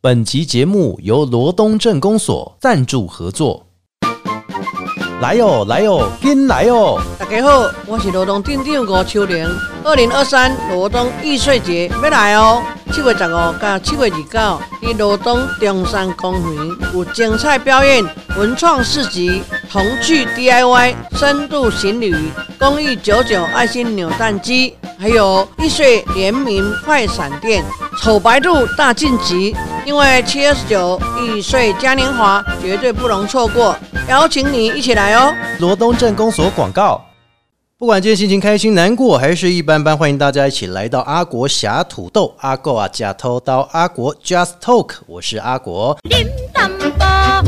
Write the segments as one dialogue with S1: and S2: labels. S1: 本集节目由罗东镇公所赞助合作。来哦，来哦，跟来哦！
S2: 大家好，我是罗东镇长吴秋玲。二零二三罗东艺穗节要来哦，七月十五到七月二九，伫罗东中山公园有精彩表演、文创市集、童趣 DIY、深度行旅、公益九九爱心扭蛋机，还有艺穗联名快闪店、丑白兔大晋级。因为七月十九艺穗嘉年华绝对不容错过，邀请你一起来哦。
S1: 罗东镇公所广告。不管今天心情开心、难过还是一般般，欢迎大家一起来到阿国侠土豆、阿狗啊假偷刀、阿国 Just Talk，我是阿国。
S3: điểm tâm bò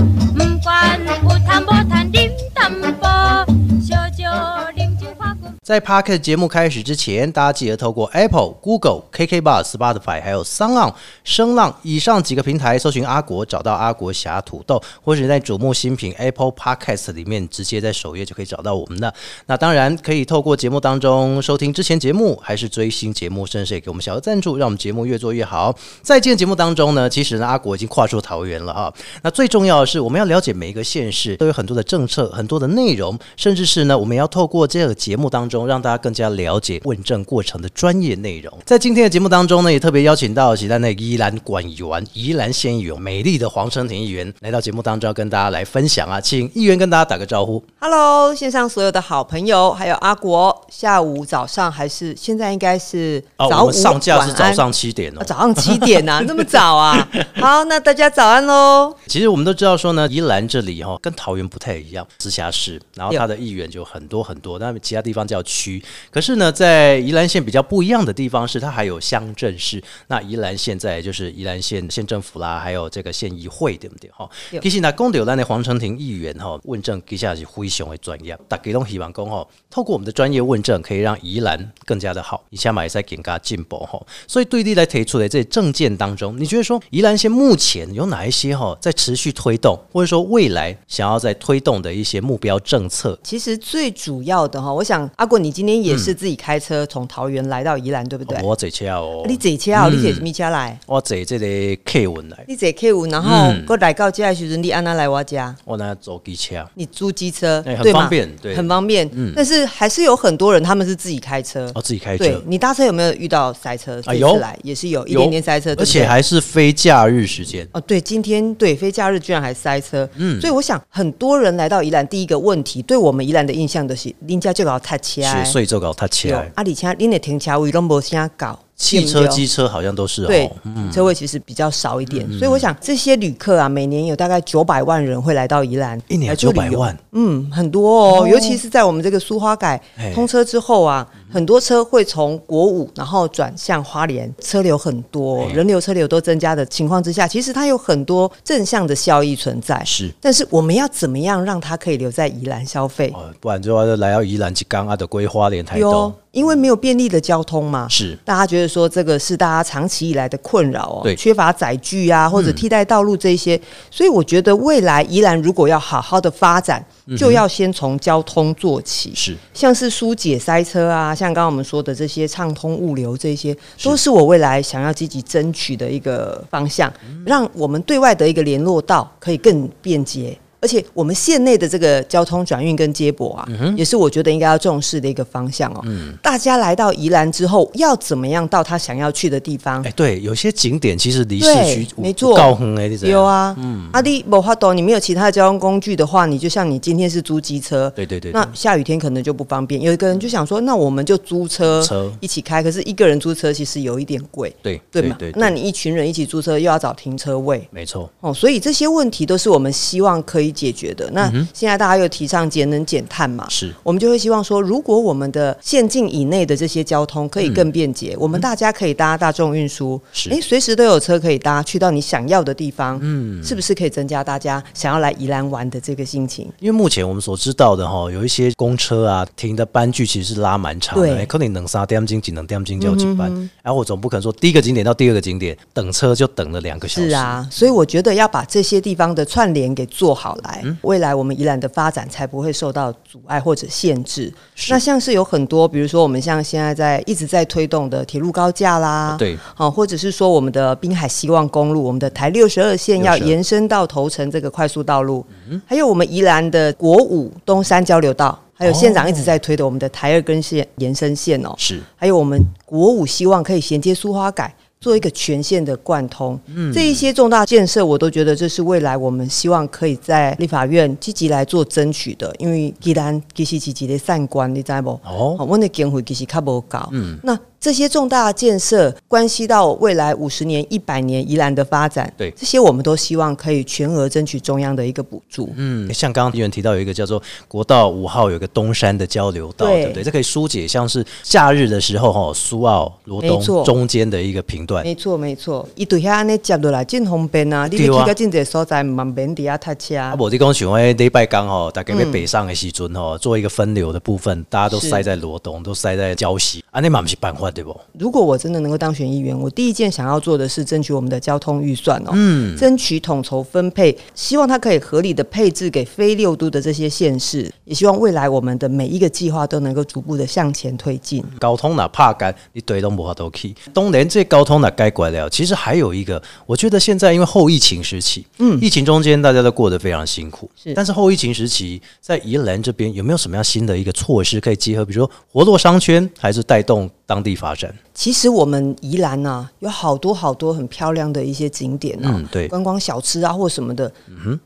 S3: quan u tham bò than điểm tâm bò cho cho điểm chữ khoa của
S1: 在 p a r k 节目开始之前，大家记得透过 Apple、Google、KK Bar、Spotify 还有 s o n g 声浪以上几个平台搜寻阿国，找到阿国侠土豆，或者在瞩目新品 Apple Podcast 里面直接在首页就可以找到我们的。那当然可以透过节目当中收听之前节目，还是追新节目，甚至也给我们小额赞助，让我们节目越做越好。在今天节目当中呢，其实呢阿国已经跨出桃园了啊哈。那最重要的是，我们要了解每一个县市都有很多的政策、很多的内容，甚至是呢，我们要透过这个节目当中，让大家更加了解问政过程的专业内容。在今天的节目当中呢，也特别邀请到喜在那宜兰管员、宜兰县议员美丽的黄生廷议员来到节目当中，要跟大家来分享啊，请议员跟大家打个招呼。
S4: Hello，线上所有的好朋友，还有阿国，下午、早上还是现在应该是
S1: 哦，
S4: 早
S1: 我
S4: 午、
S1: 们上架是
S4: 晚
S1: 早
S4: 安
S1: 上七点哦
S4: 啊。早上七 点呐、啊，这么早啊？好，那大家早安喽。
S1: 其实我们都知道说呢，宜兰这里哈、跟桃园不太一样，直辖市，然后
S4: 有
S1: 它的议员就很多很多，那其他地方叫区。可是呢，在宜兰县比较不一样的地方是，它还有乡镇市。那宜兰现在就是宜兰县县政府啦，还有这个县议会，对不对？哈、
S4: 有
S1: 其实呢，公有咱的黄成庭议员哈、问政底下是非常的专业，大家都希望讲哈、透过我们的专业问政，可以让宜兰更加的好，以下嘛也在更加进步哈、所以对你来提出的这政见当中，你觉得说宜兰县目前有哪一些哈、在持续推动，或者说未来想要在推动的一些目标政策？
S4: 其实最主要的哈，我想阿国，你今天也是自己开车从桃园来到宜兰，对不对？
S1: 我这车嗯哦，
S4: 你坐车哦，你坐什么车来？
S1: 我这这个客运来，
S4: 你坐 K 五，然后
S1: 嗯
S4: 过来到家的时候，你安娜来我家。
S1: 我拿走机车。
S4: 你租机车，
S1: 哎很
S4: 对吗
S1: 方便对嗯
S4: 很方便。但是还是有很多人他们是自己开车，
S1: 哦自己开车
S4: 对你搭车有没有遇到塞车？
S1: 啊
S4: 这次
S1: 有
S4: 来也是有一点点塞车，
S1: 有
S4: 对
S1: 而
S4: 不
S1: 且
S4: 对
S1: 还是非假日时间。
S4: 哦，对，今天对非假日居然还塞车，嗯，所以我想很多人来到宜兰，第一个问题对我们宜兰的印象就是，人家就搞塞车的，
S1: 是，所以就搞他起
S4: 啊有
S1: 来。
S4: 啊，而且恁的停车位都无啥搞，
S1: 汽
S4: 对
S1: 车、
S4: 不对
S1: 机车好像都是
S4: 对
S1: 哦，，嗯
S4: 车位其实比较少一点，所以我想这些旅客啊，每年有大概九百万人会来到宜兰，
S1: 一年
S4: 来做
S1: 九
S4: 旅
S1: 百
S4: 游
S1: 万，
S4: 嗯，很多哦，尤其是在我们这个苏花改
S1: 嘿
S4: 通车之后啊，很多车会从国五然后转向花莲，车流很多，
S1: 嘿
S4: 人流车流都增加的情况之下，其实它有很多正向的效益存在。
S1: 是
S4: 但是我们要怎么样让它可以留在宜兰消费？
S1: 哦，不然就要来到宜兰去刚啊的规花莲台
S4: 哟
S1: 东，，
S4: 因为没有啊便利的交通嘛，
S1: 是
S4: 大家觉得说这个是大家长期以来的困扰哦
S1: 对，嗯
S4: 缺乏载具啊或者替代道路这一些，所以我觉得未来宜兰如果要好好的发展，
S1: 嗯
S4: 就要先从交通做起，
S1: 是
S4: 像是疏解塞车啊，像刚刚我们说的这些畅通物流这些，都是我未来想要积极争取的一个方向，让我们对外的一个联络道可以更便捷。而且我们县内的这个交通转运跟接驳啊，也是我觉得应该要重视的一个方向哦。大家来到宜兰之后，要怎么样到他想要去的地方
S1: 哎、？对，有些景点其实离市
S4: 嗯对
S1: 区，
S4: 没错，
S1: 高很哎，你知道
S4: 有，啊，阿弟某法懂，你没有其他的交通工具的话，你就像你今天是租机车，
S1: 对对对
S4: 那下雨天可能就不方便。有一个人就想说，那我们就租车
S1: 车
S4: 一起开，可是一个人租车其实有一点贵，
S1: 对
S4: 对
S1: 对
S4: 嘛
S1: 对，？
S4: 那你一群人一起租车又要找停车位。
S1: 没错，
S4: 哦，所以这些问题都是我们希望可以解决的。
S1: 嗯
S4: 那现在大家又提倡节能减碳嘛，
S1: 是
S4: 我们就会希望说，如果我们的县境以内的这些交通可以更便捷，我们大家可以搭大众运输，
S1: 嗯是
S4: 诶随时都有车可以搭，去到你想要的地方，嗯，是不是可以增加大家想要来宜兰玩的这个心情？
S1: 因为目前我们所知道的哈，有一些公车啊停的班距其实是拉蛮长的，
S4: 对嗯
S1: 哎可能能三点钟、几能点钟就有几班，然后我总不可能说第一个景点到第二个景点等车就等了两个小时，
S4: 啊是，啊，所以我觉得要把这些地方的串联给做好，来，
S1: 嗯
S4: 未来我们宜兰的发展才不会受到阻碍或者限制。那像是有很多，比如说我们像现在在一直在推动的铁路高架啦，
S1: 啊对
S4: 好，或者是说我们的滨海希望公路，我们的台六十二线要
S1: 62
S4: 延伸到头城这个快速道路，
S1: 嗯
S4: 还有我们宜兰的国五东山交流道，还有县长
S1: 哦
S4: 一直在推的我们的台二根线延伸线哦，
S1: 是
S4: 还有我们国五希望可以衔接苏花改。做一个全线的贯通，
S1: 嗯
S4: 这一些重大建设，我都觉得这是未来我们希望可以在立法院积极来做争取的。因为既然其实是一个善官，你知道不？
S1: 哦
S4: 哦，我们的经费其实较无高。嗯，那这些重大建设关系到未来五十年、一百年宜兰的发展，
S1: 对
S4: 这些我们都希望可以全额争取中央的一个补助。
S1: 嗯，像刚刚议员提到有一个叫做国道五号，有一个东山的交流道，
S4: 对
S1: 对不对？这可以疏解像是假日的时候哈，苏澳罗
S4: 没
S1: 东
S4: 错
S1: 中间的一个频段。
S4: 没错，没错，伊对遐安尼接落来真方便啊！你
S1: 对
S4: 去
S1: 啊
S4: 到真侪所在，嘛免伫遐塞车。
S1: 啊，我这讲喜欢礼拜刚吼，大概被北上的时阵吼，做一个分流的部分，大家都
S4: 嗯是
S1: 塞在罗东，都塞在礁溪，啊，那嘛不是办法对不？
S4: 如果我真的能够当选议员，我第一件想要做的是争取我们的交通预算哦，争取统筹分配，希望它可以合理的配置给非六都的这些县市，也希望未来我们的每一个计划都能够逐步的向前推进。
S1: 交通哪怕干，你对都无法都去。当然，这交通哪该管了。其实还有一个，我觉得现在因为后疫情时期，嗯，疫情中间大家都过得非常辛苦。
S4: 是
S1: 但是后疫情时期，在宜兰这边有没有什么样新的一个措施可以结合，比如说活络商圈，还是带动当地发展？
S4: 其实我们宜兰呐、有好多好多很漂亮的一些景点啊，
S1: 嗯对嗯
S4: 观光小吃啊或什么的。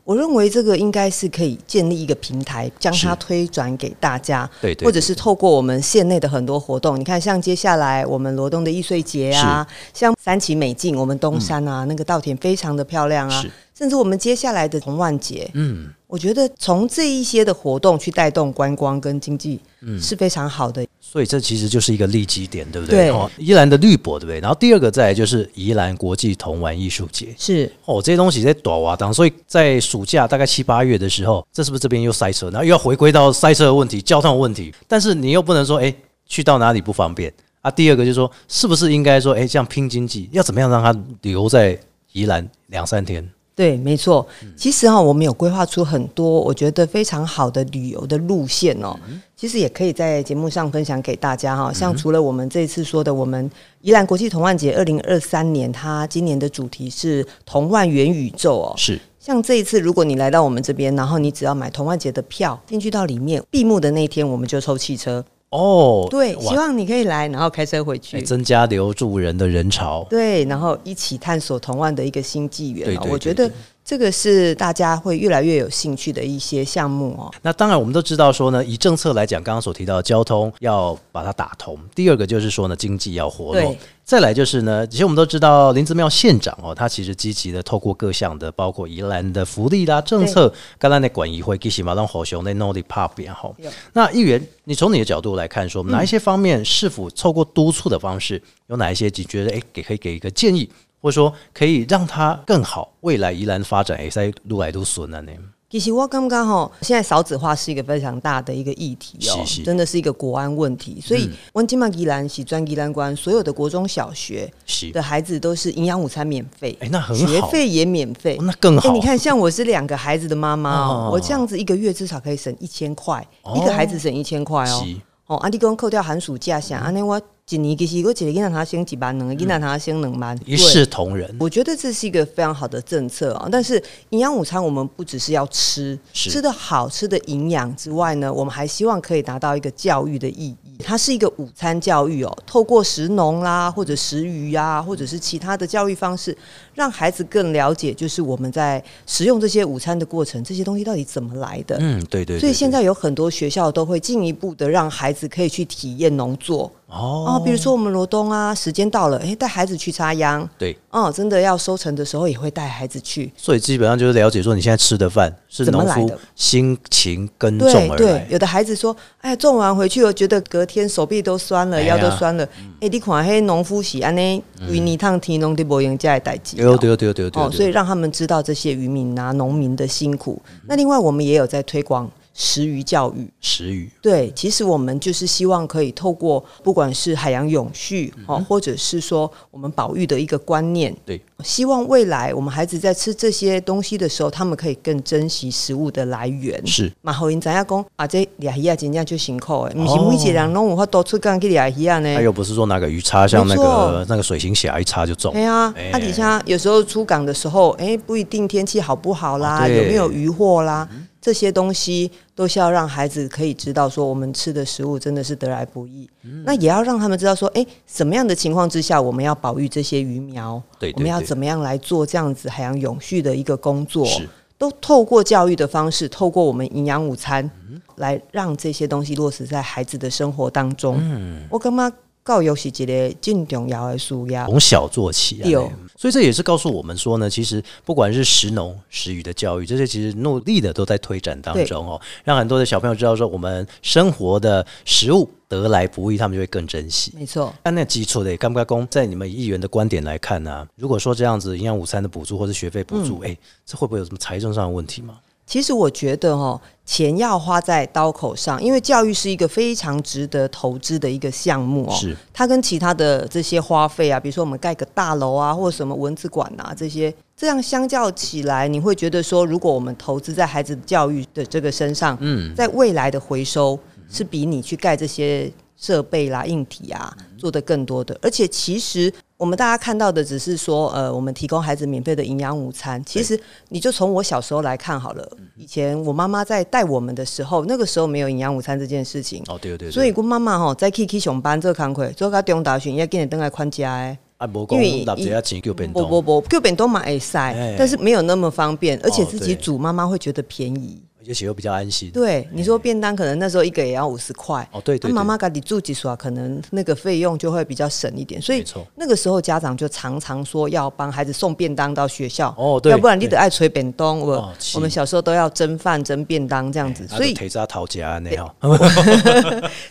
S4: 我认为这个应该是可以建立一个平台，将它
S1: 是
S4: 推转给大家，
S1: 对对
S4: 或者是透过我们县内的很多活动。你看，像接下来我们罗东的易碎节啊，像三旗美境，我们东山啊，那个稻田非常的漂亮啊
S1: 嗯是，
S4: 甚至我们接下来的红万节，
S1: 嗯，
S4: 我觉得从这一些的活动去带动观光跟经济，
S1: 嗯
S4: 是非常好的
S1: 所以这其实就是一个利基点，对不对？
S4: 对
S1: 哦，宜兰的绿博，对不对？然后第二个再来就是宜兰国际童玩艺术节。
S4: 是。
S1: 哦，这些东西在短瓦当，所以在暑假大概七八月的时候，这是不是这边又塞车？然后又要回归到塞车的问题、交通的问题，但是你又不能说，哎，去到哪里不方便啊？第二个就是说，是不是应该说，哎，这样拼经济，要怎么样让它留在宜兰两三天？
S4: 对，没错。其实哈、我们有规划出很多我觉得非常好的旅游的路线哦。其实也可以在节目上分享给大家哈、像除了我们这一次说的，我们宜兰国际童万节二零二三年，它今年的主题是童万元宇宙哦。
S1: 是
S4: 像这一次，如果你来到我们这边，然后你只要买童万节的票，进去到里面，闭幕的那一天我们就抽汽车。
S1: 哦，
S4: 对，
S1: 哇
S4: 希望你可以来，然后开车回去。
S1: 哎增加留住人的人潮。
S4: 对，然后一起探索同万的一个新纪元、哦。
S1: 对对
S4: 我
S1: 对
S4: 觉得
S1: 对
S4: 这个是大家会越来越有兴趣的一些项目哦。
S1: 那当然，我们都知道说呢，以政策来讲，刚刚所提到的交通要把它打通，第二个就是说呢，经济要活络
S4: 对，
S1: 再来就是呢，其实我们都知道林子庙县长哦，他其实积极的透过各项的，包括宜兰的福利啦政策，刚才那管议会其实马上火熊那努力怕变吼。那议员，你从你的角度来看说，
S4: 嗯
S1: 哪一些方面是否透过督促的方式，有哪一些你觉得诶给可以给一个建议，或者说可以让它更好，未来宜兰发展也在路来路顺了呢？
S4: 其实我刚刚吼，现在少子化是一个非常大的一个议题哦，
S1: 是是嗯
S4: 真的是一个国安问题。所以，温金曼宜兰、喜专宜兰关所有的国中小学
S1: 是
S4: 的孩子都是营养午餐免费，
S1: 哎那很
S4: 学
S1: 好
S4: 费也免费
S1: 哦，那更
S4: 哎
S1: 好
S4: 你看，像我是两个孩子的妈妈
S1: 哦，
S4: 哦我这样子一个月至少可以省一千块，
S1: 哦
S4: 一个孩子省一千块哦
S1: 是。
S4: 哦，啊，你讲扣掉寒暑假啥，安尼我一年其实我一个囡仔他省一万，两个
S1: 嗯
S4: 囡仔他省两万，
S1: 一
S4: 对
S1: 视同仁。
S4: 我觉得这是一个非常好的政策啊、但是营养午餐我们不只是要吃，
S1: 是
S4: 吃的好、吃的营养之外呢，我们还希望可以达到一个教育的意义。它是一个午餐教育哦，透过食农啦，或者食鱼啊，或者是其他的教育方式，让孩子更了解，就是我们在食用这些午餐的过程，这些东西到底怎么来的。
S1: 嗯，对对对
S4: 所以现
S1: 对
S4: 在有很多学校都会进一步的让孩子可以去体验农作
S1: 哦
S4: 哦，比如说我们罗东啊，时间到了，诶，带孩子去插秧，
S1: 对，
S4: 哦，真的要收成的时候也会带孩子去。
S1: 所以基本上就是了解说你现在吃的饭是
S4: 怎么
S1: 农
S4: 来
S1: 夫
S4: 的
S1: 辛勤耕
S4: 对
S1: 种而
S4: 对
S1: 来，，
S4: 有的孩子说，哎，种完回去我觉得隔天手臂都酸了，
S1: 哎呀
S4: 腰都酸了。哎，你看嘿，农夫是安尼，为你烫天拢都无用家的代志。
S1: 嗯对对对对
S4: 哦，
S1: 对，嗯
S4: 所以让他们知道这些渔民啊、农民的辛苦。那另外，我们也有在推广食鱼教育。
S1: 食语
S4: 对，其实我们就是希望可以透过不管是海洋永续哦，或者是说我们保育的一个观念，
S1: 对，
S4: 希望未来我们孩子在吃这些东西的时候，他们可以更珍惜食物的来源。
S1: 是
S4: 嘛，互因知影讲啊，这掠鱼啊，真正就辛苦诶，毋是
S1: 哦哎
S4: 每一个人拢有法度出工去掠鱼啊呢
S1: 他。又不是说拿个鱼叉，像那
S4: 没
S1: 个
S4: 错
S1: 那个水行侠一插就中
S4: 哎。呀，
S1: 哎
S4: 啊，底下有时候出港的时候，哎、不一定天气好不好啦，
S1: 哦对嗯
S4: 有没有渔获啦，这些东西都是要让孩子可以知道，说我们吃的食物真的是得来不易。
S1: 嗯
S4: 那也要让他们知道说，哎、什么样的情况之下，我们要保育这些鱼苗，
S1: 对对
S4: 我们要
S1: 对
S4: 怎么样来做这样子海洋永续的一个工作。
S1: 是
S4: 都透过教育的方式，透过我们营养午餐，
S1: 嗯
S4: 来让这些东西落实在孩子的生活当中。
S1: 嗯
S4: 我感觉教育是一个真重要的需要。
S1: 从小做起啊
S4: 对哦，
S1: 所以这也是告诉我们说呢，其实不管是食农、食鱼的教育，这些其实努力的都在推展当中哦，让很多的小朋友知道说，我们生活的食物得来不易，他们就会更珍惜。
S4: 没错，
S1: 那那基础的，干不干工？在你们议员的观点来看呢、啊如果说这样子营养午餐的补助或是学费补
S4: 嗯
S1: 助，哎、这会不会有什么财政上的问题吗？
S4: 其实我觉得哦，钱要花在刀口上，因为教育是一个非常值得投资的一个项目哦。
S1: 是，
S4: 它跟其他的这些花费啊，比如说我们盖个大楼啊，或者什么文字馆啊这些，这样相较起来，你会觉得说，如果我们投资在孩子教育的这个身上，
S1: 嗯，
S4: 在未来的回收是比你去盖这些设备啦、硬体啊做的更多的。而且其实我们大家看到的只是说，呃，我们提供孩子免费的营养午餐。其实你就从我小时候来看好了，
S1: 嗯
S4: 以前我妈妈在带我们的时候，那个时候没有营养午餐这件事情。
S1: 哦，对对对，
S4: 所以，我妈妈吼，在去去上班做工课，做到中大旬，要给你等来看家诶。
S1: 啊，无
S4: 因
S1: 讲
S4: 为
S1: 拿这些钱叫变
S4: 不不
S1: 动，
S4: 不，就便都买会塞
S1: 哎，
S4: 但是没有那么方便，而且自己
S1: 哦对
S4: 煮，妈妈会觉得便宜。
S1: 而且又比较安心。啊
S4: 对，你说便当可能那时候一个也要五十块，
S1: 哦对对
S4: 那
S1: 对
S4: 妈妈家里住几所，可能那个费用就会比较省一点，所
S1: 没
S4: 以
S1: 错
S4: 那个时候家长就常常说要帮孩子送便当到学校，
S1: 哦对
S4: 要不然你得爱吹便当，我
S1: 哦是
S4: 我们小时候都要蒸饭蒸便当这样子，
S1: 啊，
S4: 所以
S1: 提早讨价那样，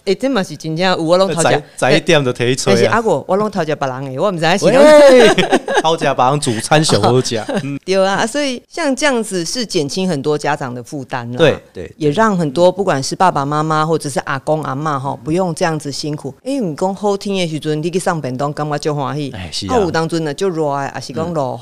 S4: 哎，这嘛是真正有我拢头家
S1: 宅，宅店的提
S4: 但是
S1: 催
S4: 阿
S1: 啊，
S4: 果我拢头家别人诶，我唔知道是拢
S1: 喂， 讨价帮主餐小偷 价，嗯，
S4: 对啊，所以像这样子是减轻很多家长的负担了，
S1: 对对，
S4: 也让很多不管是爸爸妈妈或者是阿公阿妈
S1: 嗯
S4: 哈，不用这样子辛苦。因为你讲好听的时阵，你去上便当，感觉就欢喜
S1: 哎是。啊嗯
S4: 有当阵呢就热的，也是讲落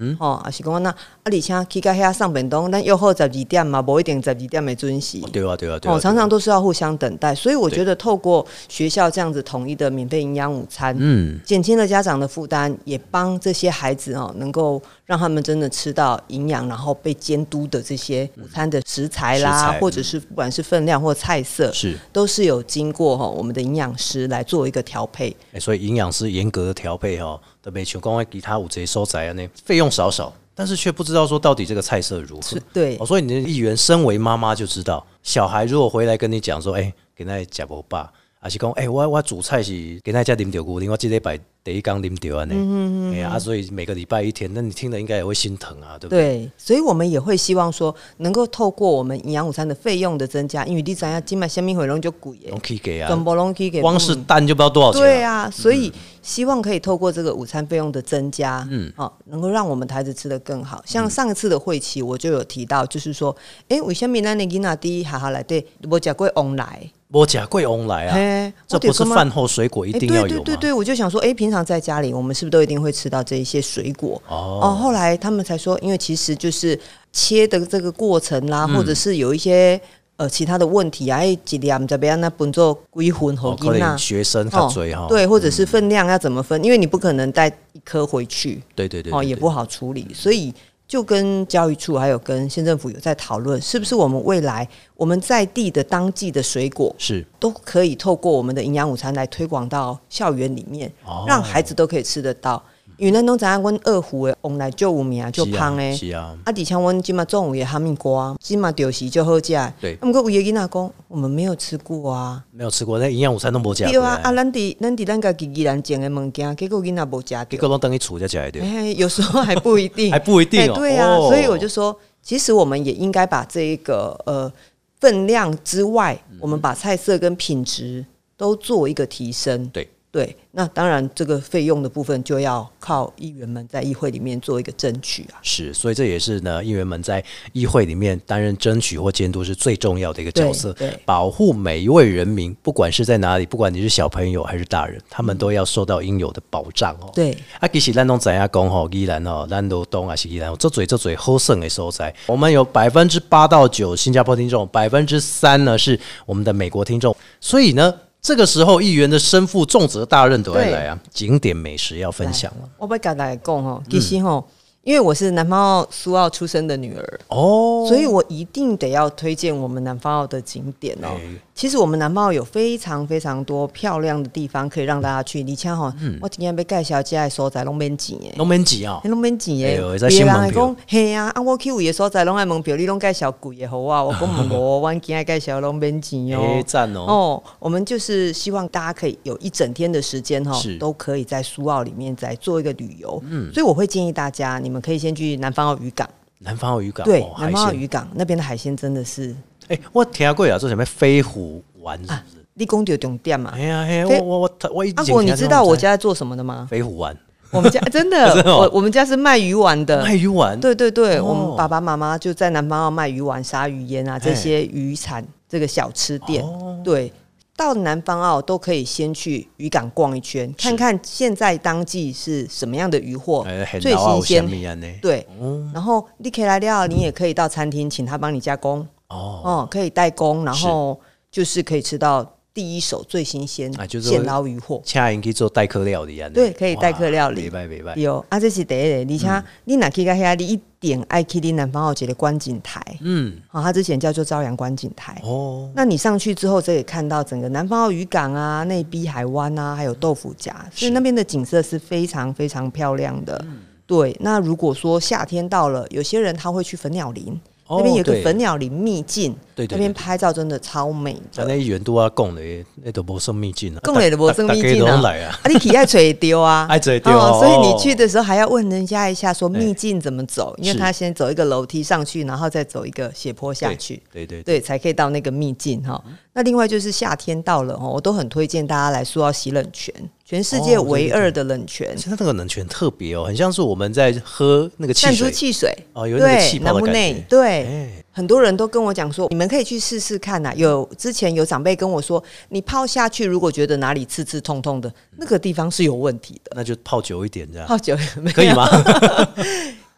S4: 雨，吼，也是讲那啊，而且去到遐上便当，咱约好十二点嘛，无一定十二点的准时。
S1: 对啊对啊对
S4: 哦，
S1: 啊，
S4: 常常都是要互相等待，所以我
S1: 对
S4: 觉得透过学校这样子统一的免费营养午餐，
S1: 嗯，
S4: 减轻了家长的负担，也帮这些孩子哦，能够让他们真的吃到营养，然后被监督的这些午餐的食材啦，
S1: 食材嗯
S4: 或者是不管是分量或菜色，
S1: 是，
S4: 都是有经过哈、哦、我们的营养师来做一个调配。
S1: 哎，所以营养师严格的调配哦，特别像刚才其他五节收窄啊，那费用少少，但是却不知道说到底这个菜色如何
S4: 是。对
S1: 哦，所以你的议员身为妈妈就知道，小孩如果回来跟你讲说，哎、给那假伯爸，还是讲，哎、我我煮菜是给那家啉掉固定，我这礼拜第一缸啉掉啊呢，哎、
S4: 嗯
S1: 呀、啊，所以每个礼拜一天，那你听了应该也会心疼啊，对不对？
S4: 对，所以我们也会希望说，能够透过我们营养午餐的费用的增加，因为你怎样，今麦虾米回笼就贵耶
S1: 拢，起给啊
S4: 全，部拢去给
S1: 光是蛋就不知道多少钱、
S4: 对，啊，所以希望可以透过这个午餐费用的增加，
S1: 嗯
S4: 嗯，好、能够让我们孩子吃得更好。像上次的会期我就有提到，就是说，哎、为什么咱的囡仔第一下下来对，我讲过往来，
S1: 我假贵翁来啊，
S4: 嘿
S1: 这
S4: 我
S1: 不
S4: 就是感觉
S1: 饭后水果一
S4: 诶
S1: 定要有吗？
S4: 对对对对，我就想说，哎、平常在家里我们是不是都一定会吃到这一些水果？哦，
S1: 哦，
S4: 后来他们才说，因为其实就是切的这个过程
S1: 嗯
S4: 啦，或者是有一些呃其他的问题啊，哎，几两怎么样那本做归魂
S1: 哦
S4: 和
S1: 可
S4: 囡
S1: 能
S4: 仔。
S1: 学生较追哈、
S4: 啊哦
S1: 嗯
S4: 对，或者是分量要怎么分？因为你不可能带一颗回去，
S1: 对对对对
S4: 哦，也不好处理，所以就跟教育处还有跟县政府有在讨论，是不是我们未来我们在地的当季的水果
S1: 是
S4: 都可以透过我们的营养午餐来推广到校园里面，
S1: 哦
S4: 让孩子都可以吃得到。云南农咱温二胡诶，我们来就五名啊，就是
S1: 啊
S4: 胖诶，
S1: 是啊，
S4: 啊，底像阮即嘛中午也哈密瓜，即嘛丢席就好食。
S1: 对
S4: 啊，毋过有的囡仔讲，我们没有吃过啊。
S1: 没有吃过，那营养午餐都没假
S4: 对
S1: 过
S4: 啊，啊，
S1: 来，
S4: 咱伫咱伫咱家己宜兰种的物件，结果囡仔无食
S1: 结
S4: 到，
S1: 果都等于处在假的。
S4: 哎、有时候还不一 定，
S1: 还不一定哦
S4: 哎对啊，
S1: 哦
S4: 所以我就说，其实我们也应该把这一个呃
S1: 嗯
S4: 分量之外，我们把菜色跟品质都做一个提升。
S1: 对，
S4: 对，那当然这个费用的部分就要靠议员们在议会里面做一个争取啊。
S1: 是，所以这也是呢，议员们在议会里面担任争取或监督是最重要的一个角色
S4: 对对，
S1: 保护每一位人民，不管是在哪里，不管你是小朋友还是大人，他们都要受到应有的保障哦。
S4: 嗯对，
S1: 啊，其实咱拢知影讲吼，依然吼，咱都东啊是依然，这嘴这嘴好胜的所在。我们有百分之八到九新加坡听众，百分之三呢是我们的美国听众，所以呢，这个时候议员的身负重责大任都要
S4: 对
S1: 来啊，景点美食要分享了
S4: 我不敢来讲哦，其
S1: 嗯
S4: 实哦，因为我是南方澳苏澳出生的女儿，
S1: 哦，
S4: 所以我一定得要推荐我们南方澳的景点哦。
S1: 哎
S4: 其实我们南方澳有非常非常多漂亮的地方可以让大家去。你像哈，
S1: 嗯
S4: 我今天被介绍这的所在拢免钱耶，
S1: 龙门集啊，
S4: 拢免钱耶
S1: 哎呦会。使
S4: 别
S1: 先
S4: 人
S1: 问
S4: 会
S1: 票
S4: 讲，嘿啊，啊我去有的所在拢爱门票，你拢介绍贵的好啊。我 讲无，我今天介绍拢免钱
S1: 哎
S4: 哦。
S1: 赞哦，
S4: 哦，我们就是希望大家可以有一整天的时间哈、
S1: 是
S4: 都可以在苏澳里面再做一个旅游。嗯，所以我会建议大家，你们可以先去南方澳渔港，
S1: 南方澳渔港，
S4: 对
S1: 哦，
S4: 南
S1: 海
S4: 方澳
S1: 鲜，
S4: 渔港那边的海鲜真的是，
S1: 哎，我听过啊，说什么飞虎丸是不是？
S4: 立功就重点嘛。
S1: 哎呀嘿，
S4: 飞
S1: 我我我我以
S4: 啊阿
S1: 前
S4: 果，
S1: 听
S4: 你
S1: 到
S4: 知道
S1: 这种
S4: 我
S1: 菜
S4: 家在做什么的吗？
S1: 飞虎丸、
S4: 我们家 真的，
S1: 真的哦
S4: 我我们家是卖鱼丸的
S1: 卖。鱼丸，
S4: 对对对，
S1: 哦
S4: 我们爸爸妈妈就在南方澳卖鱼丸、鲨鱼烟啊这些渔产这个小吃店。
S1: 哦
S4: 对，到南方澳都可以先去渔港逛一圈，看看现在当季是什么样的渔获
S1: 哎，很
S4: 最
S1: 老啊，
S4: 新
S1: 有虾
S4: 鲜。
S1: 米安呢？
S4: 对，
S1: 哦
S4: 然后你可以来料，你也可以到餐厅请他帮你加工，
S1: 哦，
S4: 哦，可以代工，然
S1: 是
S4: 后就是可以吃到第一手最新鲜
S1: 啊就是
S4: 现捞渔获。
S1: 恰应该做代客料理啊，
S4: 对可以代客料理
S1: 明白明白。
S4: 有啊，这是第一个，而
S1: 嗯
S4: 且你若去到遐，你一定爱去你南方澳一个观景台，
S1: 嗯，
S4: 好、它之前叫做朝阳观景台。
S1: 哦，
S4: 那你上去之后，这也看到整个南方澳渔港啊、内逼海湾啊，还有豆腐夹，
S1: 嗯
S4: 所以那边的景色是非常非常漂亮的。对，那如果说夏天到了，有些人他会去粉鸟林，
S1: 哦
S4: 那边有个
S1: 对
S4: 粉鸟林秘境，
S1: 对对
S4: 那边
S1: 对对
S4: 拍照真的超美的。
S1: 咱那议员都要啊讲的，那都无生秘境啊，
S4: 讲的就无算秘 境
S1: 大家
S4: 啊
S1: 都来啊，，
S4: 啊，你体爱垂丢啊
S1: 爱找对哦哎
S4: 所以你去的时候还要问人家一下，说秘境怎么走，因
S1: 是
S4: 为他先走一个楼梯上去，然后再走一个斜坡下去，
S1: 对对对，嗯
S4: 对，才可以到那个秘境哈。那另外就是夏天到了哦，我都很推荐大家来苏澳洗冷泉，全世界
S1: 哦对对
S4: 唯
S1: 对
S4: 二的冷泉，
S1: 现在那个冷泉特别哦，很像是我们在喝那个汽
S4: 弹
S1: 水
S4: 珠汽水
S1: 哦，有那个
S4: 对
S1: 气，
S4: 南
S1: 泡的
S4: 木
S1: 感
S4: 内
S1: 觉。
S4: 对。
S1: 哎，
S4: 很多人都跟我讲说，你们可以去试试看呐、有之前有长辈跟我说，你泡下去，如果觉得哪里刺刺痛痛的，那个地方是有问题的。
S1: 那就泡久一点这样，
S4: 泡久了没有
S1: 嗯可以 吗？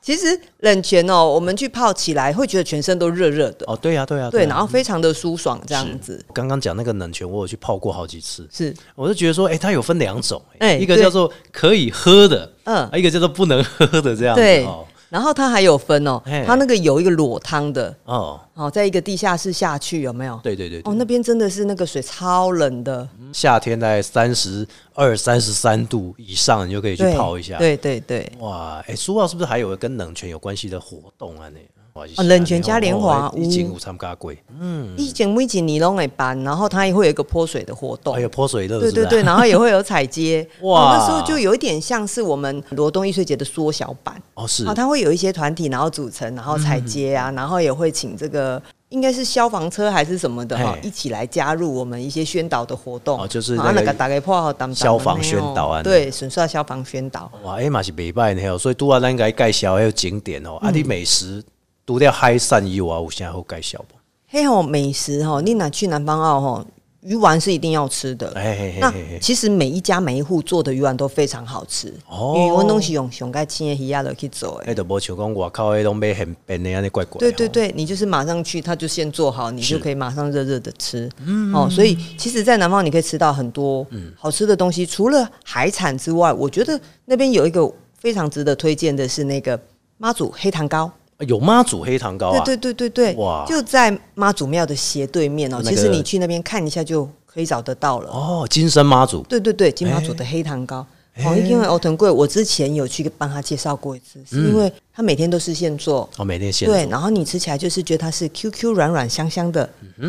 S4: 其实冷泉哦，我们去泡起来会觉得全身都热热的，
S1: 哦，对呀对呀，
S4: 对，
S1: 啊
S4: 然后非常的舒爽
S1: 是
S4: 这样子。
S1: 刚刚讲那个冷泉，我有去泡过好几次，
S4: 是，
S1: 我就觉得说，哎、它有分两种、哎，
S4: 哎
S1: 一个
S4: 对
S1: 叫做可以喝的，
S4: 嗯
S1: 啊一个叫做不能喝的这样子
S4: 对
S1: 哦。
S4: 然后它还有分哦
S1: 嘿，
S4: 它那个有一个裸汤的，
S1: 哦，
S4: 哦，在一个地下室下去有没有？
S1: 对对对对
S4: 哦，那边真的是那个水超冷的，
S1: 夏天大概三十二、三十三度以上，你就可以去
S4: 对
S1: 泡一下。，
S4: 对对对，
S1: 哇，哎、苏澳是不是还有跟冷泉有关系的活动啊？那哇是
S4: 哦冷泉嘉年华
S1: 哦已经
S4: 有
S1: 有参加过，嗯
S4: 一前每几尼龙会办，然后它也会有一个泼水的活动
S1: 哎还。有泼水乐，
S4: 对
S1: 是不
S4: 对
S1: 是
S4: 对，然后也会有 彩街，
S1: 哇
S4: 哇、那时候就有一点像是我们罗东艺术节的缩小版，
S1: 哦是嗯
S4: 哦，它会有一些团体，然后组成，然后踩街啊，然后也会请这个应该是消防车还是什么的哈
S1: 嘿，
S4: 一起来加入我们一些宣导的活动。
S1: 哦就是
S4: 啊
S1: 那个
S4: 那个打开破号当当
S1: 消防宣导啊
S4: 那样哦对，损失消防宣导。
S1: 哇，哎嘛是北拜呢，所以都要咱该介绍还有景点哦，
S4: 嗯
S1: 啊，你美食除了海产以外，有啥好介绍不？
S4: 嘿吼，美食吼，你哪去南方澳吼，鱼丸是一定要吃的。
S1: 哎嘿嘿
S4: 那
S1: 嘿嘿，
S4: 其实每一家每一户做的鱼丸都非常好吃，
S1: 哦
S4: 因为我拢是用熊盖青的鱼啊落去做的。
S1: 哎，都无像讲外口迄拢买很便的安尼怪怪。
S4: 对对，对，你就是马上去，他就先做好，你
S1: 是嗯
S4: 就可以马上热热的吃。哦，所以其实，在南方你可以吃到很多好吃的东西，除了海产之外，我觉得那边有一个非常值得推荐的是那个妈祖黑糖糕。
S1: 有妈祖黑糖糕啊，
S4: 对对对对
S1: 哇
S4: 对，就在妈祖庙的斜对面哦。
S1: 那
S4: 其
S1: 个
S4: 实你去那边看一下就可以找得到了。
S1: 哦，金生妈祖，
S4: 对对对，金马祖的黑糖糕。哦，因为欧腾贵，我之前有去帮他介绍过一次，是
S1: 嗯
S4: 因为他每天都是现做，
S1: 哦，每天现
S4: 对，
S1: 做嗯
S4: 然后你吃起来就是觉得它是 Q Q 软软香香的，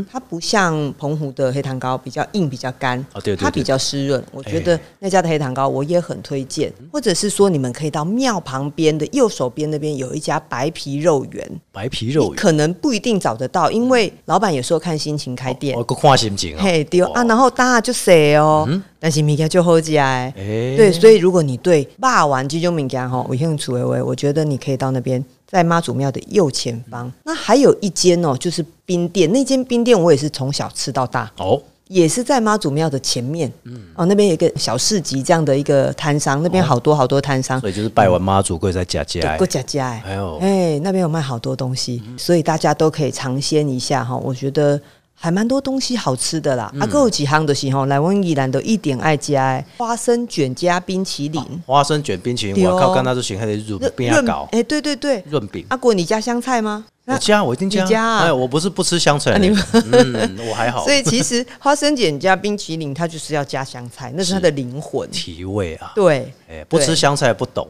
S4: 它不像澎湖的黑糖糕比较硬、比较干，
S1: 哦对对对
S4: 它比较湿润。我觉得
S1: 哎
S4: 那家的黑糖糕我也很推荐，或者是说你们可以到庙旁边的右手边那边有一家白皮肉圆，
S1: 白皮肉
S4: 你
S1: 圆，
S4: 可能不一定找得到，因为老板有时候看心情开店
S1: 我。个看心情啊，
S4: 嘿，对
S1: 哦嗯
S4: 啊，然后大家就谁哦，但是物件就好食哎。
S1: 哎
S4: 对，所以如果你对霸王这种物件吼有兴趣的话，我觉得你可以到那边，在妈祖庙的右前方。那还有一间哦，就是冰店，那间冰店我也是从小吃到大，
S1: 哦，
S4: 也是在妈祖庙的前面。
S1: 嗯
S4: 哦，那边有一个小市集这样的一个摊商，那边好多好多摊商
S1: 哦所。以就是拜完妈祖，跪在家家
S4: 过家家哎，
S1: 哎呦嗯
S4: 哎，那边有卖好多东西，所以大家都可以尝鲜一下哈。我觉得还蛮多东西好吃的
S1: 嗯
S4: 啦。啊，够有几行的时候，来温宜兰都一点爱加哎，花生卷加冰淇淋，
S1: 花生卷冰淇淋，
S4: 对哦
S1: 我靠，刚才就行，还得润饼啊搞
S4: 哎，对对对，
S1: 润饼。
S4: 阿果你加香菜吗？
S1: 我加，我一定加。
S4: 你加啊
S1: 哎，我不是不吃香菜
S4: 啊
S1: 的
S4: 你
S1: 人，嗯，我还好。
S4: 所以其实花生卷加冰淇淋，它就是要加香菜，那是它的灵魂。
S1: 提味啊，
S4: 对，
S1: 哎，不吃
S4: 对
S1: 香菜不懂，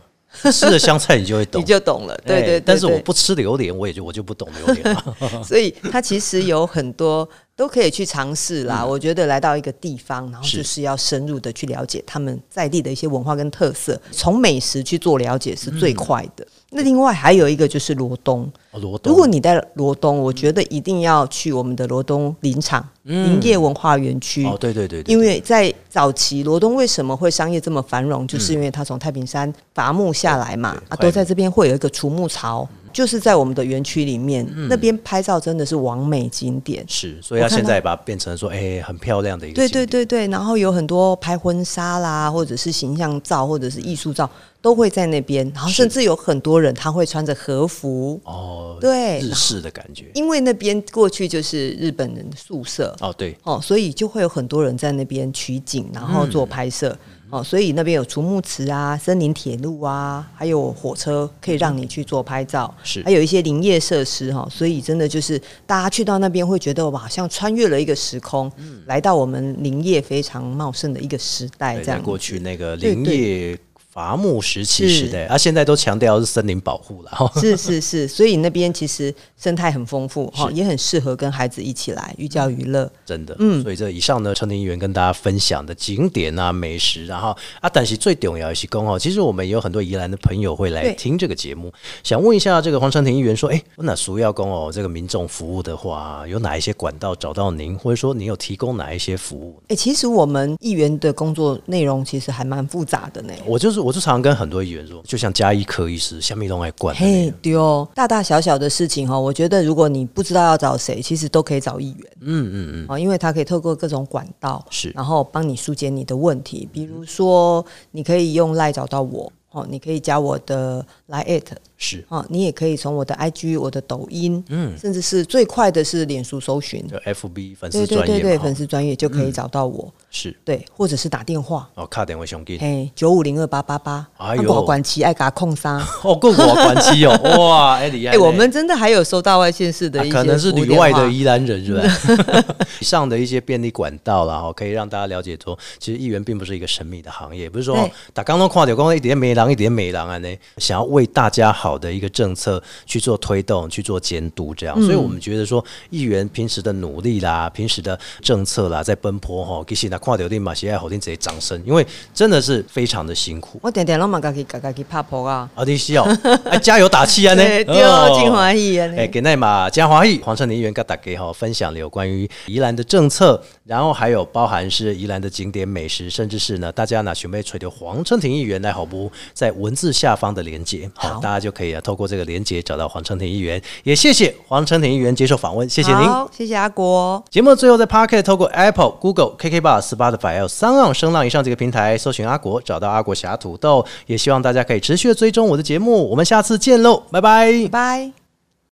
S1: 吃了香菜你就会懂
S4: 你。就懂了。对
S1: 哎
S4: 对对，
S1: 但是我
S4: 对
S1: 不吃榴莲，我也就我就不懂榴莲 了。
S4: 所以它其实有很多都可以去尝试啦。我觉得来到一个地方，然后
S1: 嗯是
S4: 就是要深入的去了解他们在地的一些文化跟特色，从美食去做了解是
S1: 嗯
S4: 最快的。那另外还有一个就是罗东，
S1: 哦罗东，
S4: 如果你在罗东，我觉得一定要去我们的罗东林场林业文化园区。
S1: 嗯哦，对对对对，
S4: 因为在早期，罗东为什么会商业这么繁荣，就是因为它从太平山伐木下来嘛，
S1: 嗯对快嗯木
S4: 啊，都在这边会有一个除木潮，就是在我们的园区里面，那边拍照真的是完美景点。
S1: 嗯是，所以他
S4: 我看
S1: 现
S4: 到
S1: 在把它变成说，哎，很漂亮的一个
S4: 对
S1: 景
S4: 对
S1: 点。
S4: 对对，然后有很多拍婚纱啦，或者是形象照，或者是艺术照，都会在那边。然后
S1: 是
S4: 甚至有很多人他会穿着和服，
S1: 哦，
S4: 对
S1: 日式的感觉。
S4: 因为那边过去就是日本人的宿舍，
S1: 哦，对，
S4: 哦，所以就会有很多人在那边取景，然后
S1: 嗯
S4: 做拍摄。哦，所以那边有竹木池啊、森林铁路啊，还有火车可以让你去做拍照，
S1: 嗯是
S4: 还有一些林业设施哈、哦。所以真的就是大家去到那边会觉得我好像穿越了一个时空，
S1: 嗯
S4: 来到我们林业非常茂盛的一个时代，
S1: 对
S4: 哎这
S1: 在
S4: 样
S1: 过
S4: 子
S1: 去那个
S4: 对
S1: 林
S4: 对
S1: 业伐木时期时
S4: 是
S1: 代，啊，现在都强调是森林保护了。哦哈
S4: 是是是，所以那边其实生态很丰富哈、哦，
S1: 是
S4: 也很适合跟孩子一起来寓教于乐。
S1: 真的，嗯，所以这以上呢，陈林议员跟大家分享的景点啊、美食啊，然后啊，但是最重要的是公哦，其实我们也有很多宜兰的朋友会来
S4: 对
S1: 听这个节目，想问一下这个黄成庭议员说，哎，那俗要公哦，这个民众服务的话，有哪一些管道找到您，或者说你有提供哪一些服务？
S4: 哎、其实我们议员的工作内容其实还蛮复杂的呢。
S1: 我就是，我就常跟很多议员说，就像加医科医师、夏密龙来管的那
S4: 嘿
S1: 个，，
S4: 对哦，大大小小的事情哈，我觉得如果你不知道要找谁，其实都可以找议员，
S1: 嗯嗯嗯，
S4: 哦，因为他可以透过各种管道，
S1: 是
S4: 然后帮你疏解你的问题。比如说，你可以用赖找到我，哦，你可以加我的来 at，
S1: 是，
S4: 哦，你也可以从我的 IG、我的抖音，
S1: 嗯，
S4: 甚至是最快的是脸书搜寻，
S1: 就 FB 粉丝
S4: 对对
S1: 专
S4: 对
S1: 业
S4: 对，
S1: 嘛，
S4: 粉
S1: 哈嗯
S4: 丝专业就可以找到我，
S1: 是
S4: 对，或者是打电话，
S1: 哦，卡点位兄弟，
S4: 嘿，九五零二八八八，
S1: 哎呦
S4: 不好管期爱给他控杀。
S1: 哦，够我关机哦，哇，哎厉害
S4: 哎、
S1: 呢，
S4: 我们真的还有收到外县市的
S1: 啊
S4: 一些、
S1: 可能是里外的宜兰人，是 吧？ 以上的一些便利管道啦，哈，可以让大家了解说，其实议员并不是一个神秘的行业，不是说
S4: 对
S1: 打刚刚跨掉，光一点美郎一点美郎啊呢，想要为大家好的一个政策去做推动、去做监督，这样，
S4: 嗯
S1: 所以我们觉得说，议员平时的努力啦，平时的政策啦，在奔波哈，其实呢跨掉定马喜爱好定直接掌声，因为真的是非常的辛苦。
S4: 我点点拢嘛家己家家己拍破啊，
S1: 啊，你是哦， 啊，加油打气啊呢！
S4: 对，对
S1: 哦
S4: 哦，真欢喜啊！
S1: 哎，给奈嘛江华义、黄成林议员跟大家哈分享了有关于宜兰的政策，然后还有包含是宜兰的景点美食，甚至是呢大家呢准备垂钓黄成庭议员来好不在文字下方的连接，好，
S4: 好
S1: 大家就可以啊透过这个连接找到黄成庭议员，也谢谢黄成庭议员接受访问，谢
S4: 谢
S1: 谢您。
S4: 谢谢阿国，
S1: 节目最后在 Pocket 透过 Apple、Google、KK Bar、Spotify 还有三浪声浪以上这个平台搜寻阿国，找到阿国侠土豆，也希望大家可以持续的追踪我的节目，我们下次见喽，拜拜
S4: 拜拜。